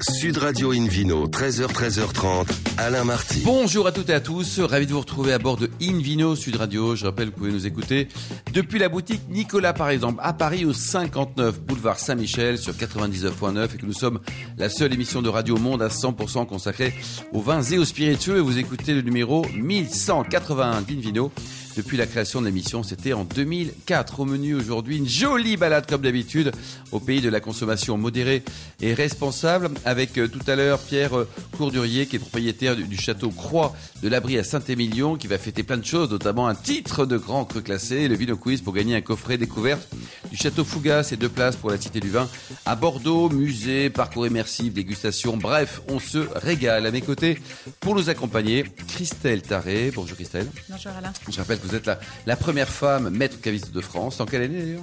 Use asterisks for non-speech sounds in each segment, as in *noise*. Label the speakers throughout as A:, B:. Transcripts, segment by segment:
A: Sud Radio Invino, 13h, 13h30, Alain Marty.
B: Bonjour à toutes et à tous, ravi de vous retrouver à bord de Invino Sud Radio. Je rappelle que vous pouvez nous écouter depuis la boutique Nicolas par exemple, à Paris au 59 boulevard Saint-Michel sur 99.9 et que nous sommes la seule émission de radio au monde à 100% consacrée aux vins et aux spiritueux. Et vous écoutez le numéro 1181 d'Invino. Depuis la création de l'émission, c'était en 2004. Au menu aujourd'hui, une jolie balade comme d'habitude au pays de la consommation modérée et responsable. Avec euh, tout à l'heure Pierre euh, Courdurier qui est propriétaire du, du château Croix de l'Abri à Saint-Émilion qui va fêter plein de choses, notamment un titre de grand cru classé, le Vino Quiz pour gagner un coffret découverte du château Fougas et deux places pour la Cité du Vin à Bordeaux, musée, parcours immersif, dégustation. Bref, on se régale. À mes côtés, pour nous accompagner, Christelle Taré. Bonjour Christelle.
C: Bonjour Alain.
B: Je rappelle que vous êtes la, la première femme maître caviste de France. En quelle année d'ailleurs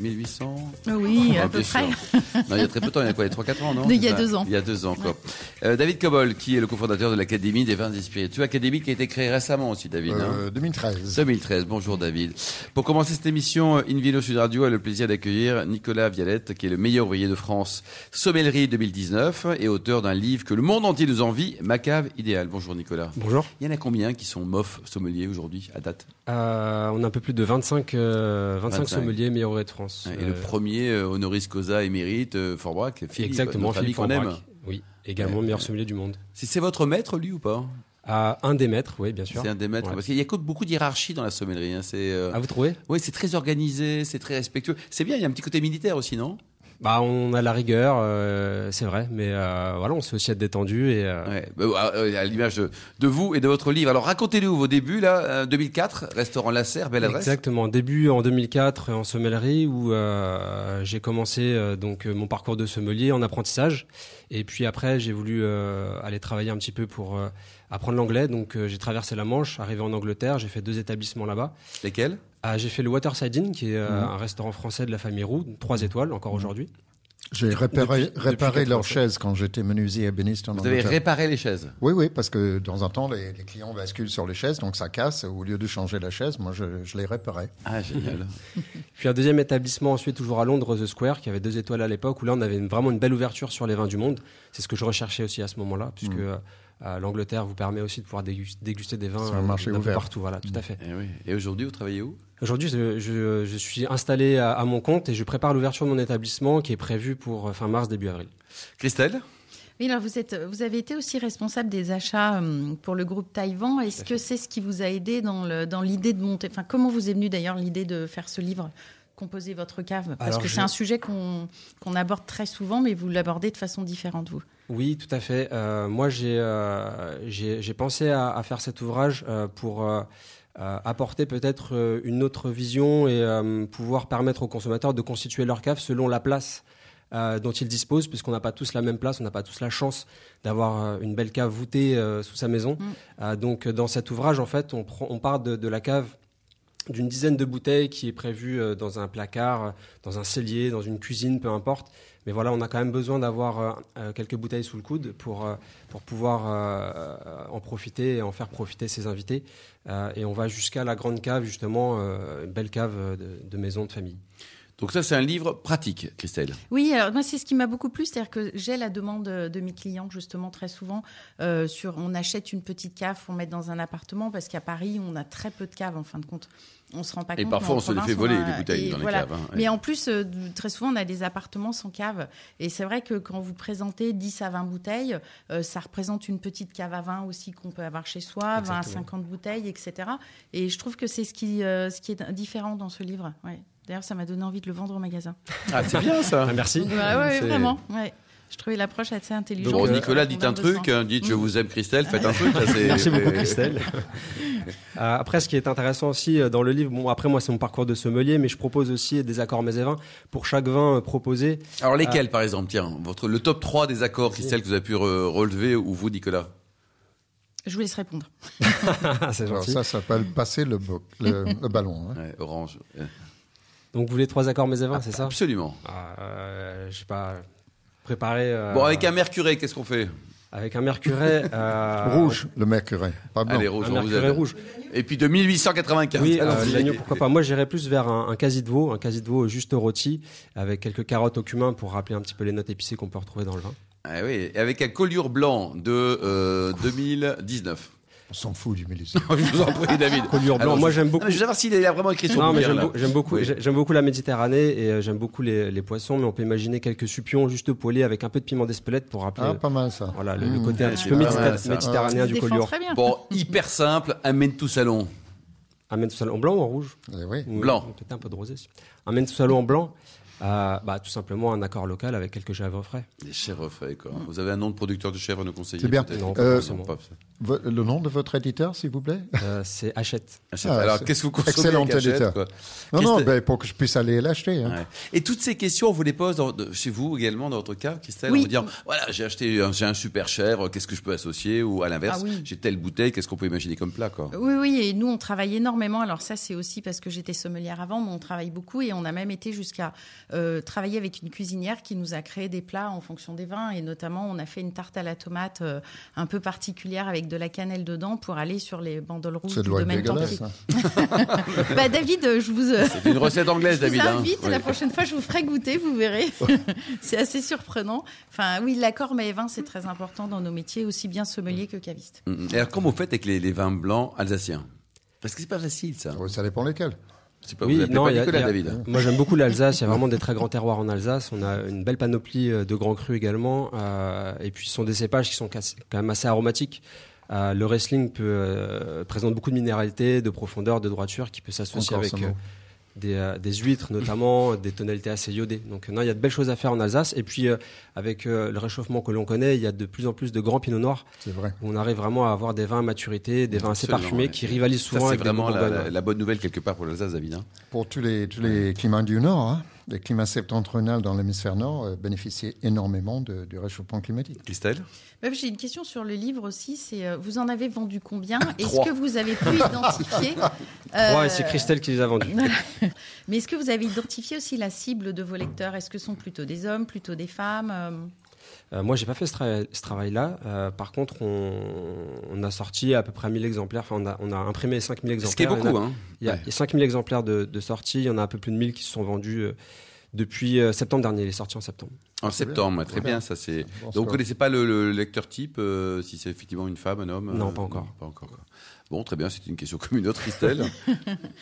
B: 1800
C: Oui,
B: Ah,
C: à peu
B: bien
C: près.
B: sûr. Non, il y a très peu de temps, il y a quoi, il y a 3-4 ans, non
C: Il y a
B: C'est ça
C: deux ans.
B: Il y a deux ans, quoi. Euh, David Cobol, qui est le cofondateur de l'Académie des vins et spiritueux, académie qui a été créée récemment aussi, David. hein.
D: Euh, 2013.
B: 2013. Bonjour David. Pour commencer cette émission, euh, Invino Sud Radio a le plaisir d'accueillir Nicolas Vialette, qui est le meilleur ouvrier de France, sommellerie 2019 et auteur d'un livre que le monde entier nous envie, Ma cave idéale. Bonjour Nicolas.
E: Bonjour.
B: Il y en a combien qui sont mofs sommeliers aujourd'hui, à date
E: Euh, on a un peu plus de 25, euh, 25,
B: 25.
E: sommeliers meilleurs de France.
B: Et le
E: Euh,
B: premier euh, honoris causa émérite, euh, Forbrac, Philippe,
E: Exactement,
B: notre ami
E: Philippe
B: qu'on aime. Euh,
E: Aubrac. Oui, également
B: Ouais.
E: meilleur sommelier du monde.
B: C'est c'est votre maître, lui, ou pas
E: À un des maîtres, oui, bien sûr.
B: C'est un des maîtres.
E: Ouais.
B: Parce qu'il y a beaucoup de hiérarchie dans la sommellerie. hein, C'est, euh,
E: Ah, vous trouvez
B: Oui, c'est très organisé, c'est très respectueux. C'est bien, il y a un petit côté militaire aussi, non
E: Bah, on a la rigueur, euh, c'est vrai, mais euh, voilà, on sait aussi être détendu et euh,
B: Ouais, bah, à, euh, à l'image de, de vous et de votre livre. Alors racontez-nous vos débuts là, euh, 2004, restaurant La Serre, belle adresse.
E: Exactement. Début en 2004 euh, en sommellerie où euh, j'ai commencé euh, donc euh, mon parcours de sommelier en apprentissage et puis après j'ai voulu euh, aller travailler un petit peu pour euh, apprendre l'anglais donc euh, j'ai traversé la Manche, arrivé en Angleterre, j'ai fait deux établissements là-bas.
B: Lesquels
E: Ah, j'ai fait le Waterside Inn qui est euh,
B: Mhm.
E: un restaurant français de la famille Roux, trois étoiles encore aujourd'hui.
D: J'ai réparé,
E: depuis
D: réparé
E: 87.
D: leurs chaises quand j'étais menuisier ébéniste en
B: Vous avez
D: Angleterre.
B: réparé les chaises.
D: Oui, oui, parce que de temps en temps, les, les clients basculent sur les chaises, donc ça casse. Au lieu de changer la chaise, moi, je, je les réparais.
B: Ah génial.
E: Puis un deuxième établissement ensuite toujours à Londres, The Square, qui avait deux étoiles à l'époque, où là on avait une- vraiment une belle ouverture sur les vins du monde. C'est ce que je recherchais aussi à ce moment-là,
D: Mm.
E: puisque euh, euh, l'Angleterre vous permet aussi de pouvoir dégus- déguster des vins
D: Sur un
E: euh,
D: marché
E: d'un peu
D: ouvert. Mm.
E: partout. Voilà, tout
B: *laughs*
E: à fait.
B: et Eh oui. et aujourd'hui, vous travaillez où
E: Aujourd'hui, je, je- je suis installé à, à mon compte et je prépare l'ouverture de mon établissement qui est prévue pour euh, fin mars, début avril.
B: Christelle
C: Oui, alors vous, êtes, vous avez été aussi responsable des achats hum, pour le groupe Taïwan. Est-ce que c'est ce qui vous a aidé dans le- dans l'idée de monter Enfin, comment vous est venue d'ailleurs l'idée de faire ce livre Composer votre cave Parce
E: Alors,
C: que
E: je-
C: c'est un sujet qu'on qu'on aborde très souvent, mais vous l'abordez de façon différente, vous.
E: Oui, tout à fait. Euh, moi, j'ai euh, j'ai j'ai pensé à, à faire cet ouvrage euh, pour euh, euh, apporter peut-être euh, une autre vision et euh, pouvoir permettre aux consommateurs de constituer leur cave selon la place euh, dont ils disposent, puisqu'on n'a pas tous la même place, on n'a pas tous la chance d'avoir euh, une belle cave voûtée euh, sous sa maison. Euh, donc, euh, dans cet ouvrage, en fait, on, prend, on part de, de la cave d'une dizaine de bouteilles qui est prévue euh, dans un placard, euh, dans un cellier, dans une cuisine, peu importe. Mais voilà, on a quand même besoin d'avoir euh, euh, quelques bouteilles sous le coude pour, euh, pour pouvoir euh, euh, en profiter et en faire profiter ses invités. Euh, et on va jusqu'à la grande cave, justement, euh, une belle cave euh, de, de maison de famille.
B: Donc ça, c'est un livre pratique, Christelle.
C: Oui, alors moi c'est ce qui m'a beaucoup plu, c'est-à-dire que j'ai la demande euh, de mes clients justement très souvent euh, sur on achète une petite cave pour mettre dans un appartement parce qu'à Paris on a très peu de caves en fin de compte. On se rend pas
B: Et
C: compte.
B: parfois,
C: mais en
B: on se les
C: province,
B: fait voler,
C: a-
B: les bouteilles,
C: et
B: dans les
C: voilà.
B: caves, hein, ouais.
C: Mais en plus, euh, très souvent, on a des appartements sans cave. Et c'est vrai que quand vous présentez 10 à 20 bouteilles, euh, ça représente une petite cave à vin aussi qu'on peut avoir chez soi, 20 à
E: Exactement.
C: 50 bouteilles, etc. Et je trouve que c'est ce qui, euh, ce qui est différent dans ce livre. Ouais. D'ailleurs, ça m'a donné envie de le vendre au magasin.
B: Ah, c'est bien ça.
E: Ah,
C: *laughs*
E: merci.
C: Ouais, ouais,
E: C'est-
C: vraiment. Ouais. Je trouvais l'approche assez intelligente.
B: Bon,
E: euh,
B: Nicolas, dites un truc, hein, dites je
C: Mm.
B: vous aime Christelle, faites un truc. là, c'est-
E: Merci beaucoup, Christelle.
B: *laughs*
E: Euh, après, ce qui est intéressant aussi euh, dans le livre, bon, après, moi, c'est mon parcours de sommelier, mais je propose aussi des accords mets et vins pour chaque vin euh, proposé. *laughs*
B: Alors lesquels, par exemple Tiens, votre, le top 3 des accords, Christelle, que vous avez pu re- relever, ou vous, Nicolas
C: Je vous laisse répondre.
E: Ah, c'est
D: Alors
E: gentil.
D: ça, ça s'appelle passer le, bo- le- le ballon. hein.
B: Ouais, Orange. Euh,
E: Donc, vous voulez trois accords mets et vins, c'est ça
B: Absolument.
E: Ah, euh, Je sais pas. Préparé. euh,
B: bah, Bon, avec un mercuré, qu'est-ce qu'on fait
E: Avec
B: *laughs*
E: un mercuret. euh,
D: Rouge, le mercuré. Pas blanc.
B: Allez, rouge,
E: Un
B: on vous
E: mercuré
B: aide.
E: rouge.
B: Et puis de 1895.
E: Oui,
B: Alors,
E: euh,
B: c'est-
E: l'agneau, pourquoi pas. Moi, j'irais plus vers un, un quasi de veau, un quasi de veau juste rôti, avec quelques carottes au cumin pour rappeler un petit peu les notes épicées qu'on peut retrouver dans le vin.
B: Ah oui, et avec un collier blanc de euh, 2019.
D: On s'en fout du Mélusine.
B: *laughs* je vous en
E: *laughs*
B: prie, David.
E: Collier blanc.
B: Alors,
E: Moi,
B: je-
E: j'aime
B: Non,
E: beaucoup.
B: mais je veux savoir s'il a vraiment écrit son
E: Non, mais
B: bouquin,
E: j'aime
B: là.
E: beau- j'aime beaucoup,
B: Oui.
E: j'ai- j'aime beaucoup la Méditerranée et euh, j'aime beaucoup les, les poissons, mais on peut imaginer quelques supions juste poêlés avec un peu de piment d'Espelette pour rappeler
D: Ah, pas mal ça.
E: voilà, le, le
D: Mmh.
E: côté un petit peu
B: Ouais,
E: médita-
B: ça.
E: méditerranéen
C: Il
E: du
C: défend
E: collier.
C: très bien.
B: Bon, hyper simple, amène tout salon.
E: Un mène sous salon en blanc ou en rouge
D: Eh oui.
E: Ou-
B: Blanc.
E: Peut-être un peu de rosé. si. Un mène sous salon en blanc, euh, bah, tout simplement un accord local avec quelques chèvres frais.
B: Les chèvres frais, quoi. Vous avez un nom de producteur de chèvres à nous conseiller
D: Mm. C'est bien.
B: peut-être
E: Non,
D: Euh,
E: pas forcément.
B: Pas-
D: Vo- Le nom de votre éditeur, s'il vous plaît
E: Euh, c'est Hachette.
B: Achète.
D: Ah,
B: Alors,
D: c'est-
B: qu'est-ce que vous consommez
D: excellent
B: avec Hachette,
D: éditeur.
B: quoi
D: Non,
B: Qu'est-ce
D: non,
B: que-
D: ben, pour que je puisse aller l'acheter. hein.
B: Ouais. Et toutes ces questions, on vous les pose dans- de- chez vous également, dans votre cas, Christelle,
C: Oui.
B: en vous disant, voilà, j'ai acheté, un- j'ai un super chèvre, qu'est-ce que je peux associer Ou à l'inverse,
C: Ah oui.
B: j'ai telle bouteille, qu'est-ce qu'on peut imaginer comme plat quoi
C: Oui, oui, et nous, on travaille énormément. Alors ça, c'est aussi parce que j'étais sommelière avant, mais on travaille beaucoup et on a même été jusqu'à euh, travailler avec une cuisinière qui nous a créé des plats en fonction des vins. Et notamment, on a fait une tarte à la tomate euh, un peu particulière avec de la cannelle dedans pour aller sur les bandoles rouges
D: Ça
C: du
D: doit être
C: domaine
D: dégueulasse.
C: Templier.
D: hein.
C: Bah, David, euh, je vous... euh,
B: C'est une recette anglaise,
C: je vous
B: David. hein.
C: invite,
B: Oui.
C: la prochaine fois je vous ferai goûter, vous verrez. *laughs* c'est assez surprenant. Enfin oui, l'accord mais et vin, c'est très important dans nos métiers, aussi bien sommelier que caviste.
B: Mm, mm. Et alors, comment vous faites avec les, les vins blancs alsaciens Parce que c'est pas facile, ça.
D: hein. Ouais, Ça dépend lesquels.
B: C'est pas, Bah, vous appelez pas
E: il y a-
B: Nicolas,
E: il y a-
B: David. hein.
E: Moi, j'aime beaucoup l'Alsace. Il y a
B: *laughs*
E: vraiment des très grands terroirs en Alsace. On a une belle panoplie euh, de grands crus également. euh, et puis, ce sont des cépages qui sont cass- quand même assez aromatiques. Euh, le wrestling peut, euh, présente beaucoup de minéralité, de profondeur, de droiture qui peut s'associer
D: Encore
E: avec
D: ce mot.
E: euh, des, euh, des
B: *laughs*
E: huîtres notamment, des tonalités assez iodées. Donc, euh, non, il y a de belles choses à faire en Alsace. Et puis, euh, avec euh, le réchauffement que l'on connaît, il y a de plus en plus de grands pinots noirs
D: C'est vrai.
E: où on arrive vraiment à avoir des vins à maturité, des vins assez
B: Absolument,
E: parfumés
B: ouais.
E: qui rivalisent
B: Ça,
E: souvent
B: c'est
E: avec des
B: vraiment
E: bons
B: la,
E: Bourgognes.
B: la- la bonne nouvelle quelque part pour l'Alsace, David. hein.
D: Pour tous les, tous les climats du Nord, hein, les climats septentrionaux dans l'hémisphère Nord euh, bénéficient énormément de- du réchauffement climatique.
B: Christelle
C: Même, J'ai une question sur le livre aussi, c'est euh, vous en avez vendu
D: *coughs*
C: combien Est-ce
B: Trois.
C: que vous avez pu identifier
E: Trois,
C: euh,
E: et c'est Christelle qui les
C: *laughs*
E: a vendus.
C: Mais est-ce que vous avez identifié aussi la cible de vos lecteurs Est-ce que ce sont plutôt des hommes, plutôt des femmes euh,
E: Euh, moi, j'ai pas fait ce, tra- ce travail-là. Euh, par contre, on, on a sorti à peu près 1000 exemplaires. Enfin, on a, on a imprimé 5000 exemplaires.
B: Ce qui est
E: Il y
B: beaucoup,
E: en a-
B: hein
E: Il y a,
B: Ouais.
E: il y a 5000 exemplaires de, de sortie. Il y en a un peu plus de 1000 qui se sont vendus euh, depuis euh, septembre dernier. Il est sorti en septembre.
B: En
D: C'est bien.
B: septembre, ouais, très
D: Très
B: bien,
D: bien.
B: ça c'est.
D: Bon
B: Donc vous
D: score.
B: connaissez pas le, le lecteur type, euh, si c'est effectivement une femme, un homme
E: Non,
B: euh,
E: pas encore.
B: pas encore. quoi. Bon, très bien, c'est une question comme une autre,
E: *laughs*
B: Christelle. Ah,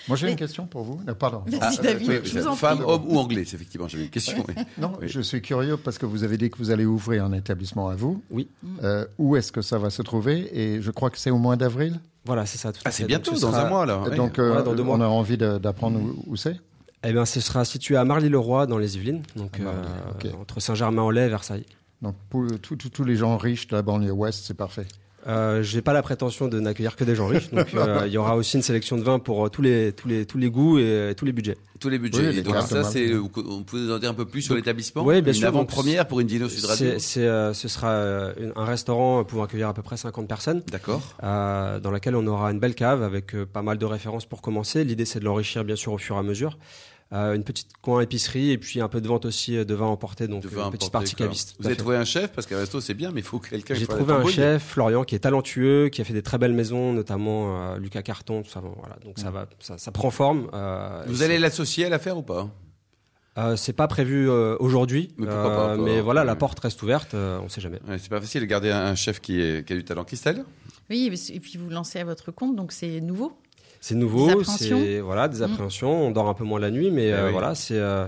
D: Moi, j'ai
C: Mais-
D: une question pour vous. Non, pardon.
C: Vas-y,
D: Euh,
C: David,
D: oui,
C: je
D: oui,
C: vous en prie.
B: femme, homme ou anglais, c'est effectivement, j'avais une question. oui.
D: Non,
B: Oui.
D: je suis curieux parce que vous avez dit que vous allez ouvrir un établissement à vous.
E: Oui.
D: Euh, où est-ce que ça va se trouver Et je crois que c'est au mois d'avril.
E: Voilà, c'est ça. Tout
B: Ah,
E: à
B: c'est
E: fait.
B: bientôt,
E: Donc, ce
B: dans
E: sera-
B: un mois là. Ah ouais.
D: Donc, euh,
E: voilà, dans deux
D: on
E: mois.
D: a envie de- d'apprendre où, où c'est.
E: Eh bien, ce sera situé à Marly-le-Roi, dans les Yvelines. Donc,
B: Ah,
D: À Marly,
E: euh,
D: ok.
E: entre Saint-Germain-en-Laye et Versailles.
D: Donc, pour tous- tous- tous les gens riches de la banlieue ouest, c'est parfait.
E: Euh, j'ai pas la prétention de n'accueillir que des gens riches,
B: *laughs*
E: donc euh, il y aura aussi une sélection de vins pour euh, tous les tous les tous les goûts et euh, tous les budgets.
B: Tous les budgets.
D: Oui, les
B: Et donc
D: cartes
B: ça,
D: marques.
B: c'est. vous- On peut nous en dire un peu plus sur l'établissement
E: oui, bien
B: Une
E: sûr, donc,
B: avant-première pour une dino sud radio.
E: C'est, c'est, euh, ce sera euh, une- un restaurant pouvant accueillir à peu près 50 personnes,
B: D'accord.
E: euh, dans laquelle on aura une belle cave avec euh, pas mal de références pour commencer. L'idée, c'est de l'enrichir bien sûr au fur et à mesure. Euh, une petite coin épicerie et puis un peu de vente aussi euh, de vin emporté, donc
B: De
E: euh,
B: vin
E: une petite
B: importé,
E: partie
B: quoi.
E: caviste.
B: Vous
E: Tout à
B: avez
E: fait.
B: trouvé un chef parce qu'un resto c'est bien, mais il faut quelqu'un. il
E: J'ai
B: faut la
E: trouvé un
B: tambourine.
E: chef, Florian, qui est talentueux, qui a fait des très belles maisons, notamment euh, Lucas Carton, tout ça. bon, voilà, donc ça va, ça, ça prend forme. euh, et
B: Mm. Vous
E: c'est-
B: allez l'associer à l'affaire ou pas
E: euh, C'est pas prévu euh, aujourd'hui, euh,
B: Mais pourquoi pas, quoi.
E: mais voilà, la
B: Ouais.
E: porte reste ouverte. euh, on sait jamais.
B: Ouais, C'est pas facile de garder un un chef qui, est- qui a du talent. Christelle
C: Oui, et puis vous lancez à votre compte, donc c'est nouveau.
E: C'est
C: Des
E: nouveau,
C: appréhensions. Mmh.
E: c'est voilà des appréhensions. On dort un peu moins la nuit, mais
B: Ah
E: euh,
B: oui.
E: voilà, c'est euh,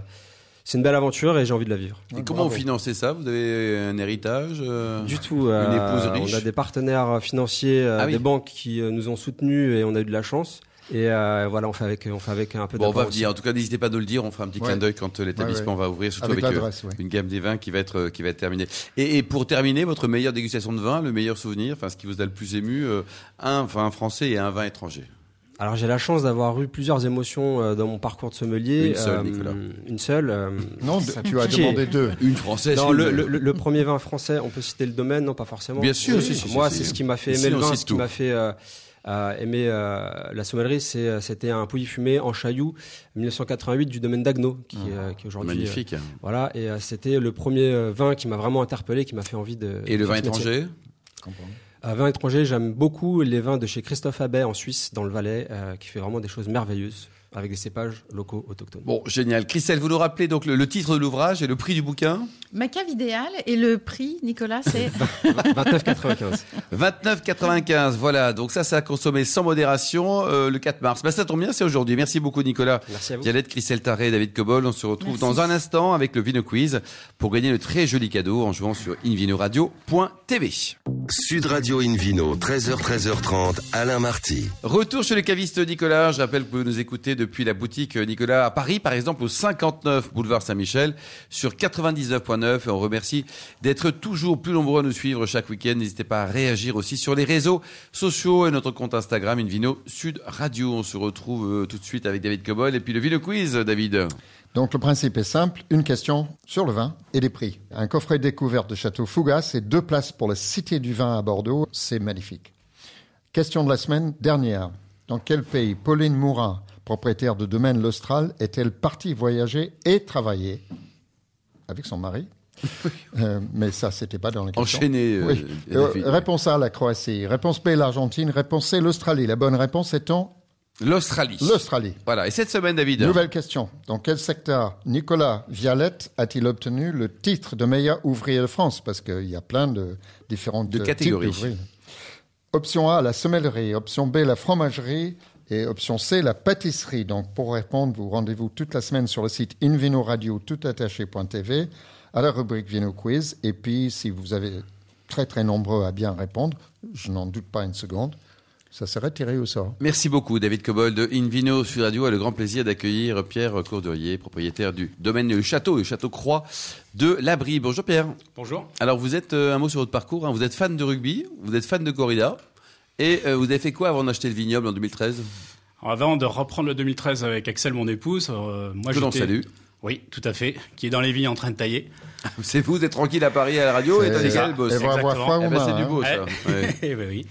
E: c'est une belle aventure et j'ai envie de la vivre.
B: Et
D: Ouais,
B: comment vous
D: bravo.
B: financez ça Vous avez un héritage euh
E: Du tout.
B: épouse riche.
E: On a des partenaires financiers, euh,
B: Ah oui.
E: des banques qui euh, nous ont soutenus et on a eu de la chance. Et euh, voilà, on fait avec, on fait avec un peu
B: Bon, on va
E: d'apport
B: vous
E: aussi.
B: dire. En tout cas, n'hésitez pas à nous le dire. On fera un petit
D: Ouais.
B: clin d'œil quand euh, l'établissement va ouvrir, surtout
D: Avec
B: avec, euh,
D: l'adresse, oui.
B: une gamme des vins qui va être euh, qui va être terminée. Et, et pour terminer, votre meilleure dégustation de vin, le meilleur souvenir, enfin ce qui vous a le plus ému, euh, un vin français et un vin étranger.
E: Alors j'ai la chance d'avoir eu plusieurs émotions euh, dans mon parcours de sommelier. Euh,
B: Une seule, Nicolas.
E: Une seule. euh,
D: Non,
E: ça
D: tu as
E: piquait.
D: demandé deux.
B: Une française.
E: Non,
B: une-
E: le, le- le premier vin français, on peut citer le domaine, non pas forcément.
B: Bien sûr, si, si, si,
E: Moi,
B: si.
E: c'est ce qui m'a fait
B: Ici,
E: aimer le
B: on
E: vin,
B: cite
E: ce qui
B: tout.
E: m'a fait euh, euh, aimer euh, la sommellerie, c'est, euh, c'était un pouilly fumé en Chailloux, 1988, du domaine d'Agneau, qui, euh, qui aujourd'hui.
B: Ah, magnifique.
E: euh, voilà, et euh, c'était le premier euh, vin qui m'a vraiment interpellé, qui m'a fait envie de.
B: Et le
E: de
B: vin
E: faire ce métier.
B: étranger
E: Euh, vin étranger, j'aime beaucoup les vins de chez Christophe Abbé en Suisse, dans le Valais, euh, qui fait vraiment des choses merveilleuses. avec des cépages locaux autochtones. *laughs*
B: Bon, génial. Christelle, vous nous rappelez donc le, le titre de l'ouvrage et le prix du bouquin
C: Ma cave idéale et le prix, Nicolas,
D: *laughs*
C: c'est
E: 29,95.
B: 29,95. Voilà, donc ça, ça a consommé sans modération euh, le 4 mars. Bah, ça tombe bien, c'est aujourd'hui. Merci beaucoup, Nicolas.
E: Merci à vous.
B: Violette, Christelle Taré, David Cobol. On se retrouve
C: Merci.
B: dans un instant avec le Vino Quiz pour gagner le très joli cadeau en jouant sur invinoradio.tv.
A: Sud Radio Invino, 13h, 13h30, Alain Marty.
B: Retour chez le caviste Nicolas. Je rappelle que vous pouvez nous écouter depuis la boutique euh, Nicolas à Paris, par exemple, au 59 boulevard Saint-Michel, sur 99.9. Et on remercie d'être toujours plus nombreux à nous suivre chaque week-end. N'hésitez pas à réagir aussi sur les réseaux sociaux et notre compte Instagram, Invino Sud Radio. On se retrouve euh, tout de suite avec David Cobol et puis le Vino Quiz, David.
D: Donc le principe est simple, une question sur le vin et les prix. Un coffret découverte de Château Fougas et deux places pour la Cité du vin à Bordeaux, c'est magnifique. Question de la semaine dernière. Dans quel pays Pauline Mourin, propriétaire de domaine L'Austral, est-elle partie voyager et travailler avec son mari Euh, mais ça, c'était pas dans les questions.
B: Enchaîné. euh,
D: Oui.
B: et
D: Euh,
B: David.
D: réponse A, la Croatie. Réponse B, l'Argentine. Réponse C, l'Australie. La bonne réponse étant
B: L'Australie.
D: l'Australie.
B: Voilà. Et cette semaine, David.
D: Nouvelle question. Dans quel secteur Nicolas Vialette a-t-il obtenu le titre de meilleur ouvrier de France Parce qu'il y a plein de différentes
B: De
D: types
B: catégories.
D: d'ouvriers. Option A, la semellerie. Option B, la fromagerie. Et option C, la pâtisserie. Donc, pour répondre, vous rendez-vous toute la semaine sur le site invinoradio toutattaché.tv à la rubrique Vino Quiz. Et puis, si vous avez très, très nombreux à bien répondre, je n'en doute pas une seconde, ça serait tiré au sort.
B: Merci beaucoup, David Cobold. Invino Sud Radio a le grand plaisir d'accueillir Pierre Courdurier, propriétaire du domaine Le Château, le Château Croix de Labrie. Bonjour Pierre.
F: Bonjour.
B: Alors vous êtes, euh, un mot sur votre parcours, hein. vous êtes fan de rugby, vous êtes fan de corrida, et euh, vous avez fait quoi avant d'acheter le vignoble en 2013
F: Alors, avant de reprendre le 2013 avec Axel, mon épouse, euh, moi
B: Je l'en
F: j'étais-
B: salue. *laughs*
F: Oui, tout à fait, qui est dans les vignes en train de tailler.
B: C'est vous, vous êtes tranquille à Paris à la radio, et
D: C'est-
B: t'as des
F: ça.
B: gars, boss.
D: Et va avoir
F: Exactement.
D: froid
B: Eh
D: aux
B: ben, c'est
D: mains,
B: du
D: hein.
B: beau ça. Ouais.
F: Eh ben oui.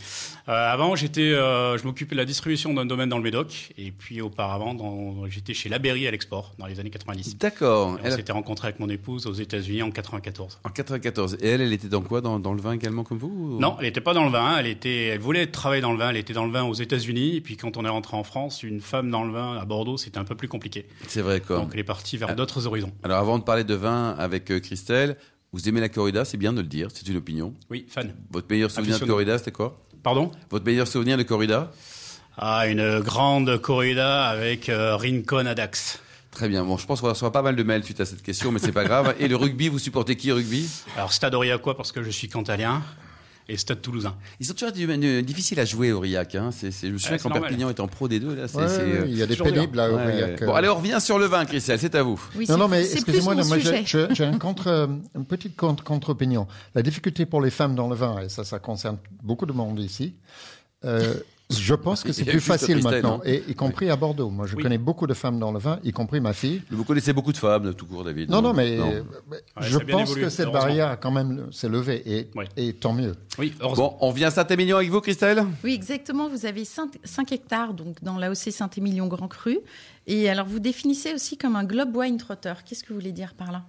F: Euh, avant, j'étais, euh, je m'occupais de la distribution d'un domaine dans le Médoc, et puis auparavant, dans- j'étais chez Laberry à l'export dans les années 90.
B: D'accord.
F: Et *laughs* on
B: Elle-
F: s'était rencontrés avec mon épouse aux États-Unis en 94.
B: En 94. Et elle, elle était dans quoi dans, dans le vin également comme vous ou-
F: Non, elle n'était pas dans le vin. hein. Elle était, elle voulait travailler dans le vin. Elle était dans le vin aux États-Unis. Et puis quand on est rentré en France, une femme dans le vin à Bordeaux, c'était un peu plus compliqué.
B: C'est vrai quoi.
F: Donc elle est partie vers
B: Ah.
F: d'autres horizons.
B: Alors avant de parler de vin avec euh, Christelle, vous aimez la corrida, c'est bien de le dire, c'est une opinion.
F: Oui, fan.
B: Votre meilleur souvenir de
F: Aficionado.
B: corrida, c'était quoi
F: Pardon.
B: Votre meilleur souvenir de corrida
F: Ah, une grande corrida avec euh, Rincon à Dax.
B: Très bien. Bon, je pense qu'on reçoit pas mal de mails suite à cette question, mais c'est pas
D: *laughs*
B: grave. Et le rugby, vous supportez qui rugby
F: Alors, Stade Aurillacois parce que je suis cantalien et Stade Toulousain.
B: Ils sont toujours du- euh, difficiles à jouer Aurillac. Hein. C'est- c'est- je me souviens
F: Ah, c'est
B: quand
F: normal.
B: Perpignan était en Pro D2 là. c'est-
D: Ouais,
B: c'est, euh,
D: il y a des
F: toujours dur.
D: pénibles là.
B: ouais, ouais.
D: Aurillac, euh.
B: Bon, allez, on revient sur le vin, Christelle. C'est à vous.
C: oui,
D: Non,
C: c'est-
D: non, mais
C: c'est plus
D: excusez-moi,
C: mon
D: non, moi,
C: sujet.
D: j'ai j'ai- j'ai un contre, euh, une petite contre- contre-opinion. La difficulté pour les femmes dans le vin, et ça, ça concerne beaucoup de monde ici, euh, je pense que c'est
B: *laughs* Il y a
D: plus
B: juste la
D: facile
B: Christelle,
D: maintenant,
B: hein.
D: et, y compris à Bordeaux. Moi, je
F: Oui.
D: connais beaucoup de femmes dans le vin, y compris ma fille.
B: Vous connaissez beaucoup de femmes, tout court, David.
D: Non, non, mais euh, je
F: ça a bien
D: pense
F: évolué,
D: que cette
F: heureusement.
D: barrière, quand même, s'est levée, et,
F: Ouais.
D: et tant mieux.
F: Oui, heureusement.
B: Bon, on vient à Saint-Émilion avec vous, Christelle.
C: Oui, exactement. Vous avez 5, hectares donc dans l'AOC Saint-Émilion Grand Cru. Et alors, vous définissez aussi comme un globe wine trotter. Qu'est-ce que vous voulez dire par là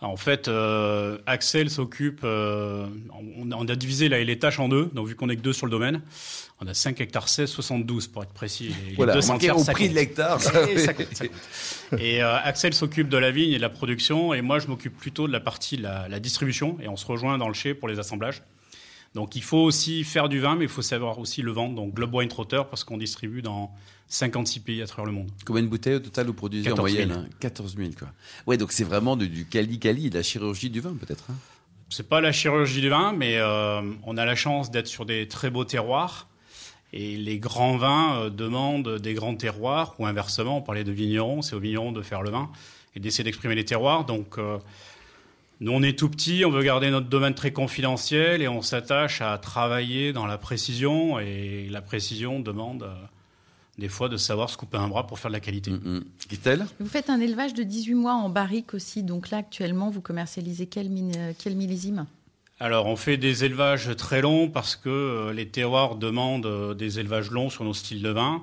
F: En fait, euh, Axel s'occupe. euh, on, on a divisé là, les tâches en deux. Donc, vu qu'on est que deux sur le domaine, on a 5 hectares 16, 72 pour être précis. Les- les deux
B: remarquez,
F: centières,
B: au
F: ça
B: prix de
F: compte.
B: l'hectare.
D: *laughs*
B: *laughs*
F: Et ça compte, ça compte. Et, euh, Axel s'occupe de la vigne et de la production, et moi je m'occupe plutôt de la partie de la, la distribution, et on se rejoint dans le chai pour les assemblages. Donc il faut aussi faire du vin, mais il faut savoir aussi le vendre. Donc Globe Wine Trotter, parce qu'on distribue dans 56 pays à travers le monde.
B: Combien de bouteilles au total vous produisez en
F: 14 000.
B: moyenne hein 14 000, quoi. Ouais, donc c'est vraiment du- du cali-cali, de la chirurgie du vin, peut-être. hein
F: C'est pas la chirurgie du vin, mais euh, on a la chance d'être sur des très beaux terroirs. Et les grands vins euh, demandent des grands terroirs, ou inversement, on parlait de vignerons, c'est aux vignerons de faire le vin et d'essayer d'exprimer les terroirs. Donc, euh, nous, on est tout petit, on veut garder notre domaine très confidentiel et on s'attache à travailler dans la précision. Et la précision demande euh, des fois de savoir se couper un bras pour faire de la qualité.
B: Mm, mm. Christelle
C: Vous faites un élevage de 18 mois en barrique aussi. Donc là, actuellement, vous commercialisez quel, mine- euh, quel millésime
F: Alors, on fait des élevages très longs parce que euh, les terroirs demandent euh, des élevages longs sur nos styles de vin.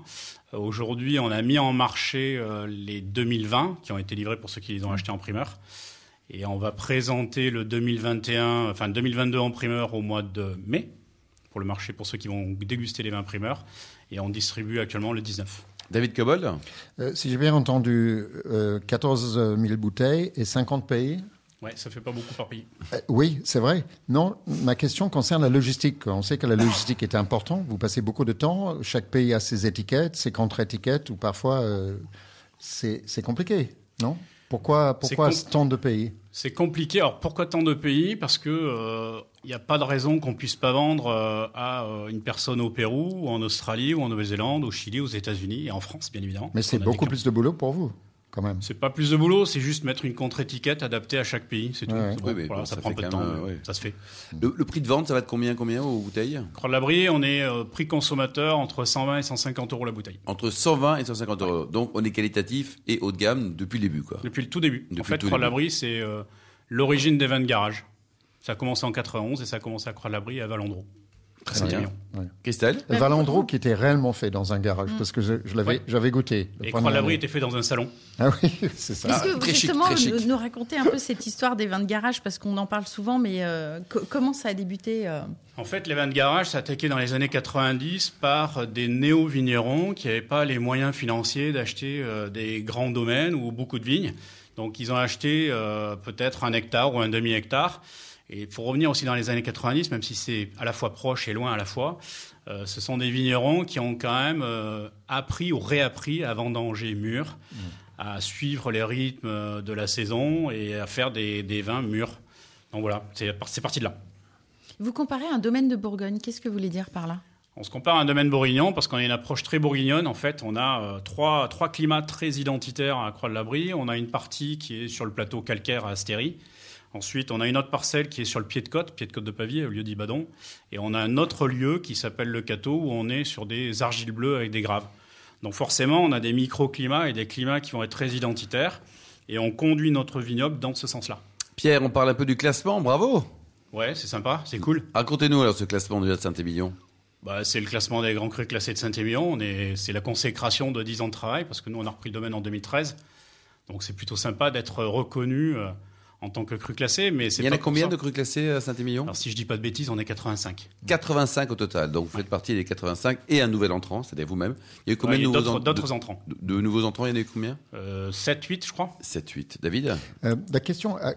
F: Euh, Aujourd'hui, on a mis en marché euh, les 2020 qui ont été livrés pour ceux qui les ont achetés en primeur. Et on va présenter le 2021, enfin 2022 en primeur au mois de mai pour le marché pour ceux qui vont déguster les vins primeurs. Et on distribue actuellement le 19.
B: David Cobold
D: Euh, si j'ai bien entendu, euh, 14 000 bouteilles et 50 pays.
F: Ouais, ça fait pas beaucoup par pays.
D: Euh, oui, c'est vrai. Non, ma question concerne la logistique. On sait que la logistique est importante. Vous passez beaucoup de temps. Chaque pays a ses étiquettes, ses contre-étiquettes, ou parfois euh, c'est c'est compliqué, non Pourquoi,
F: C'est
D: pourquoi
F: compl-
D: tant de pays
F: C'est compliqué. Alors pourquoi tant de pays Parce que euh, il n'y a pas de raison qu'on puisse pas vendre euh, à euh, une personne au Pérou, ou en Australie, ou en Nouvelle-Zélande, au Chili, aux États-Unis et en France, bien évidemment.
D: Mais
F: parce
D: c'est
F: qu'on a
D: beaucoup
F: des clients.
D: plus de boulot pour vous, quand même.
F: C'est pas plus de boulot, c'est juste mettre une contre-étiquette adaptée à chaque pays, c'est tout.
D: Ouais.
F: C'est bon,
B: Oui, mais
F: voilà,
B: bon,
F: ça,
B: ça
F: prend
B: fait
F: un peu de
B: quand
F: temps,
B: même, euh,
F: mais
B: ouais.
F: ça se fait.
B: le, le prix de vente, ça va de combien, combien aux bouteilles
F: Croix de l'abri, on est euh, prix consommateur entre 120 et 150 euros la bouteille
B: Entre 120 et 150 euros. Donc on est qualitatif et haut de gamme depuis le début. Quoi.
F: depuis le tout début.
B: Depuis
F: en fait,
B: le tout
F: Croix de
B: début.
F: l'abri, c'est euh, l'origine des vins de garage. Ça a commencé en 91 et ça a commencé à Croix de l'abri à Valandro.
B: Très bien.
F: mignon.
B: Christelle
C: Même
D: Valandro
C: pour vous.
D: qui était réellement fait dans un garage, parce que je, je l'avais,
F: Mmh. Ouais.
D: j'avais goûté. le
F: Et
D: premier
F: Croix de l'abri
D: année.
F: était fait dans un salon.
D: Ah oui, *laughs* c'est ça.
B: Ah,
C: Est-ce que vous,
B: très chic,
C: justement,
B: très chic.
C: nous, nous racontez un peu cette histoire des vins de garage Parce qu'on en parle souvent, mais euh, co- comment ça a débuté euh
F: En fait, les vins de garage s'attaquaient dans les années 90 par des néo-vignerons qui n'avaient pas les moyens financiers d'acheter euh, des grands domaines ou beaucoup de vignes. Donc, ils ont acheté euh, peut-être un hectare ou un demi-hectare. Et pour revenir aussi dans les années 90, même si c'est à la fois proche et loin à la fois, euh, ce sont des vignerons qui ont quand même euh, appris ou réappris à vendanger mûr, à suivre les rythmes euh, de la saison et à faire des, des vins mûrs. Donc voilà, c'est c'est parti de là.
C: Vous comparez un domaine de Bourgogne. Qu'est-ce que vous voulez dire par là
F: On se compare à un domaine bourguignon parce qu'on a une approche très bourguignonne. En fait, on a euh, trois, trois climats très identitaires à Croix-de-l'Abri. On a une partie qui est sur le plateau calcaire à Astéry. Ensuite, on a une autre parcelle qui est sur le pied de côte, pied de côte de Pavie, au lieu d'Ibadon. Et on a un autre lieu qui s'appelle le Cateau où on est sur des argiles bleues avec des graves. Donc forcément, on a des microclimats et des climats qui vont être très identitaires. Et on conduit notre vignoble dans ce sens-là.
B: Pierre, on parle un peu du classement, bravo
F: Ouais, c'est sympa, c'est cool.
B: Racontez-nous alors ce classement déjà de Saint-Émilion.
F: Bah, c'est le classement des grands crus classés de Saint-Émilion. On est- C'est la consécration de 10 ans de travail parce que nous, on a repris le domaine en 2013. Donc c'est plutôt sympa d'être reconnu euh, en tant que cru classé. Mais c'est
B: Il y en
F: pas
B: a combien
F: pour
B: de
F: ça-
B: crus classés à Saint-Émilion
F: Alors si je dis pas de bêtises, on est 85.
B: 85 au total. Donc vous faites partie des 85 et un nouvel entrant, c'est-à-dire vous-même. Il y a eu combien
F: Ouais, il
B: de
F: y a
B: nouveaux
F: d'autres-
B: en-
F: d'autres entrants.
B: de, de nouveaux entrants Il y en a eu combien
F: Euh, 7, 8, je crois.
B: 7, 8. David
D: Euh, la question, euh,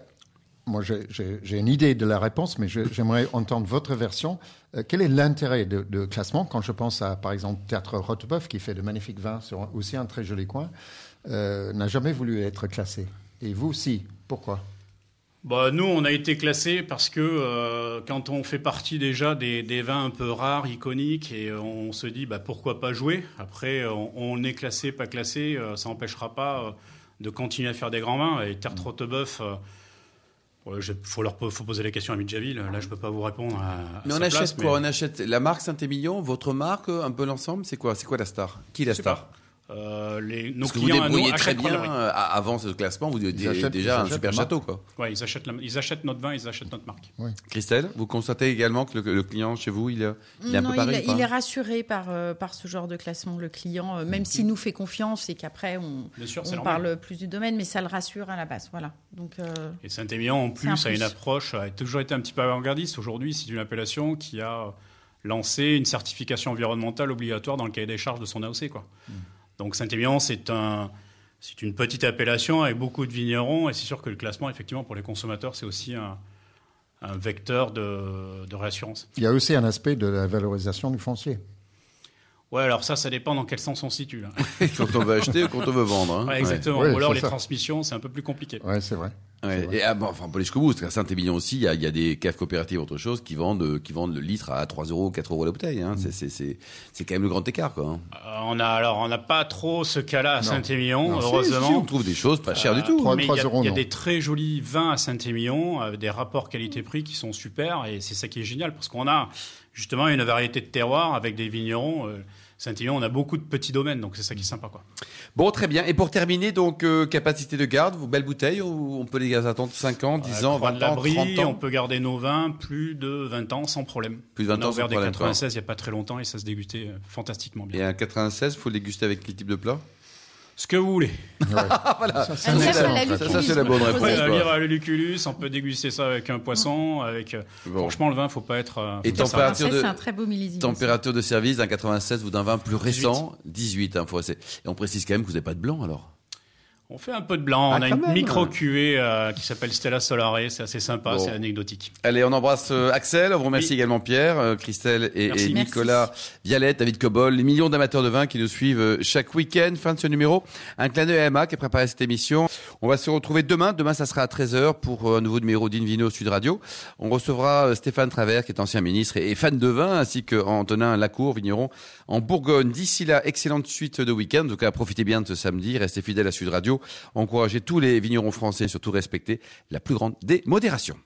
D: moi j'ai- j'ai j'ai une idée de la réponse, mais je- j'aimerais entendre votre version. Euh, quel est l'intérêt de, de classement quand je pense à, par exemple, Théâtre Rotteboeuf, qui fait de magnifiques vins sur un- aussi un très joli coin, euh, n'a jamais voulu être classé. Et vous aussi, pourquoi
F: Bah, nous, on a été classés parce que euh, quand on fait partie déjà des, des vins un peu rares, iconiques, et euh, on se dit bah, pourquoi pas jouer. Après, euh, on, on est classé, pas classé, euh, ça n'empêchera pas euh, de continuer à faire des grands vins. Et
B: Mm.
F: Terre Trotteboeuf, euh, ouais, je- faut leur po- faut poser la question à Midjaville. Là, je peux pas vous répondre. À, à
B: Mais on
F: sa
B: achète
F: place,
B: quoi
F: mais-
B: On achète la marque Saint-Émilion, votre marque, euh, un peu l'ensemble C'est quoi C'est quoi la star Qui est la
F: Je sais pas.
B: star
F: Euh, les, nos
B: Parce que vous
F: clients à nous
B: débrouillez très
F: achètent
B: bien
F: Croix-d'Abri.
B: euh, à- avant ce classement, vous
D: Ils
B: avez
D: achètent- ils
B: déjà un
D: achètent
B: super
D: la marque.
B: château. Quoi.
F: Ouais, ils, achètent la- ils achètent notre vin, ils achètent notre marque.
B: Christelle, vous constatez également que le, le client chez vous, il, est- il est un
C: Non,
B: peu pareil
C: il,
B: ou pas
C: il est rassuré par, euh, par ce genre de classement, le client, euh,
B: Mm-hmm.
C: même s'il nous fait confiance et qu'après on,
F: Bien sûr, c'est
C: on
F: normal.
C: parle plus du domaine, mais ça le rassure à la base. Voilà. Donc, euh,
F: Et Saint-Émilion, en
C: C'est un
F: plus, a
C: plus.
F: une approche, a toujours été un petit peu avant-gardiste. Aujourd'hui, c'est une appellation qui a lancé une certification environnementale obligatoire dans le cahier des charges de son AOC. Quoi.
B: Mm.
F: Donc Saint-Émilion, c'est un, c'est une petite appellation avec beaucoup de vignerons. Et c'est sûr que le classement, effectivement, pour les consommateurs, c'est aussi un, un vecteur de, de réassurance.
D: Il y a aussi un aspect de la valorisation du foncier.
F: Ouais, alors ça, ça dépend dans quel sens on se situe. Là.
B: *laughs* quand on veut acheter ou quand on veut vendre. hein.
F: Ouais,
B: Ouais.
F: exactement.
D: Ouais,
F: Ou alors
D: c'est
F: les
D: ça.
F: transmissions, c'est un peu plus compliqué.
D: Oui, c'est vrai.
B: Ouais,
D: C'est vrai.
B: et ah, bon, enfin, pour les jusqu'au bout, parce qu'à Saint-Émilion aussi, il y, a, il y a des caves coopératives, autre chose, qui vendent, euh, qui vendent le litre à 3 euros, 4 euros la bouteille. Hein. C'est- C'est c'est- c'est quand même le grand écart, quoi. hein.
F: Euh, on a alors on n'a pas trop ce cas-là à
D: Non.
F: Saint-Émilion,
B: Non, si,
F: heureusement.
B: si, on trouve des choses pas chères du
F: Euh,
B: tout.
D: Trois-
F: mais
D: trois
F: il y a,
D: euros,
F: il y a
D: non.
F: des très jolis vins à Saint-Émilion, euh, des rapports qualité-prix qui sont super, et c'est ça qui est génial, parce qu'on a justement une variété de terroirs avec des vignerons. euh, Saint-Émilion, on a beaucoup de petits domaines, donc c'est ça qui est sympa. Quoi.
B: Bon, très bien. Et pour terminer, donc, euh, capacité de garde, vos belles bouteilles, ou on peut les attendre 5 ans, 10 ans,
F: Croix de
B: 20 ans,
F: Euh, l'abri,
B: 30
F: on
B: ans
F: peut garder nos vins plus de 20 ans sans problème.
B: Plus de 20
F: on
B: ans
F: a
B: sans
F: ouvert des
B: problème,
F: 96 il n'y a pas très longtemps, et ça se dégustait euh, fantastiquement bien.
B: Et un 96, faut le déguster avec quel type de plat
F: ce que vous voulez.
D: Ah,
C: Ah, ça,
D: Ça, c'est un excellent,
C: voilà,
D: en fait.
B: Ça, ça, c'est la bonne
C: Proposé.
B: réponse.
F: Ouais,
B: quoi.
F: euh, lire à l'Uluculus, on peut déguster ça avec un poisson. Avec, euh,
B: Bon.
F: Franchement, le vin, faut pas être. euh,
B: Et
F: faut pas
B: température
F: savoir.
B: partir de-
C: C'est un très beau millésime.
B: Température de service d'un 96 ou d'un vin plus récent, 18. hein, faut assez- Et on précise quand même que vous n'avez pas de blanc alors.
F: On fait un peu de blanc.
B: Ah,
F: on a
B: quand
F: une
B: même.
F: micro cuvée qui s'appelle Stella Solare. C'est assez sympa,
B: Bon.
F: c'est anecdotique.
B: Allez, on embrasse euh, Axel, on vous remercie
F: Oui.
B: également Pierre, euh, Christelle et,
F: Merci.
B: et
C: Merci.
B: Nicolas Vialette, David Cobol, les millions d'amateurs de vin qui nous suivent euh, chaque week-end. Fin de ce numéro, un clin d'œil à Emma qui a préparé cette émission. On va se retrouver demain, demain ça sera à 13h pour euh, un nouveau numéro d'Invino Sud Radio. On recevra euh, Stéphane Travers qui est ancien ministre et, et fan de vin, ainsi que Antonin Lacour, vigneron en Bourgogne. D'ici là, excellente suite de week-end, en tout cas profitez bien de ce samedi, restez fidèles à Sud Radio, encouragez tous les vignerons français et surtout respectez la plus grande des modérations.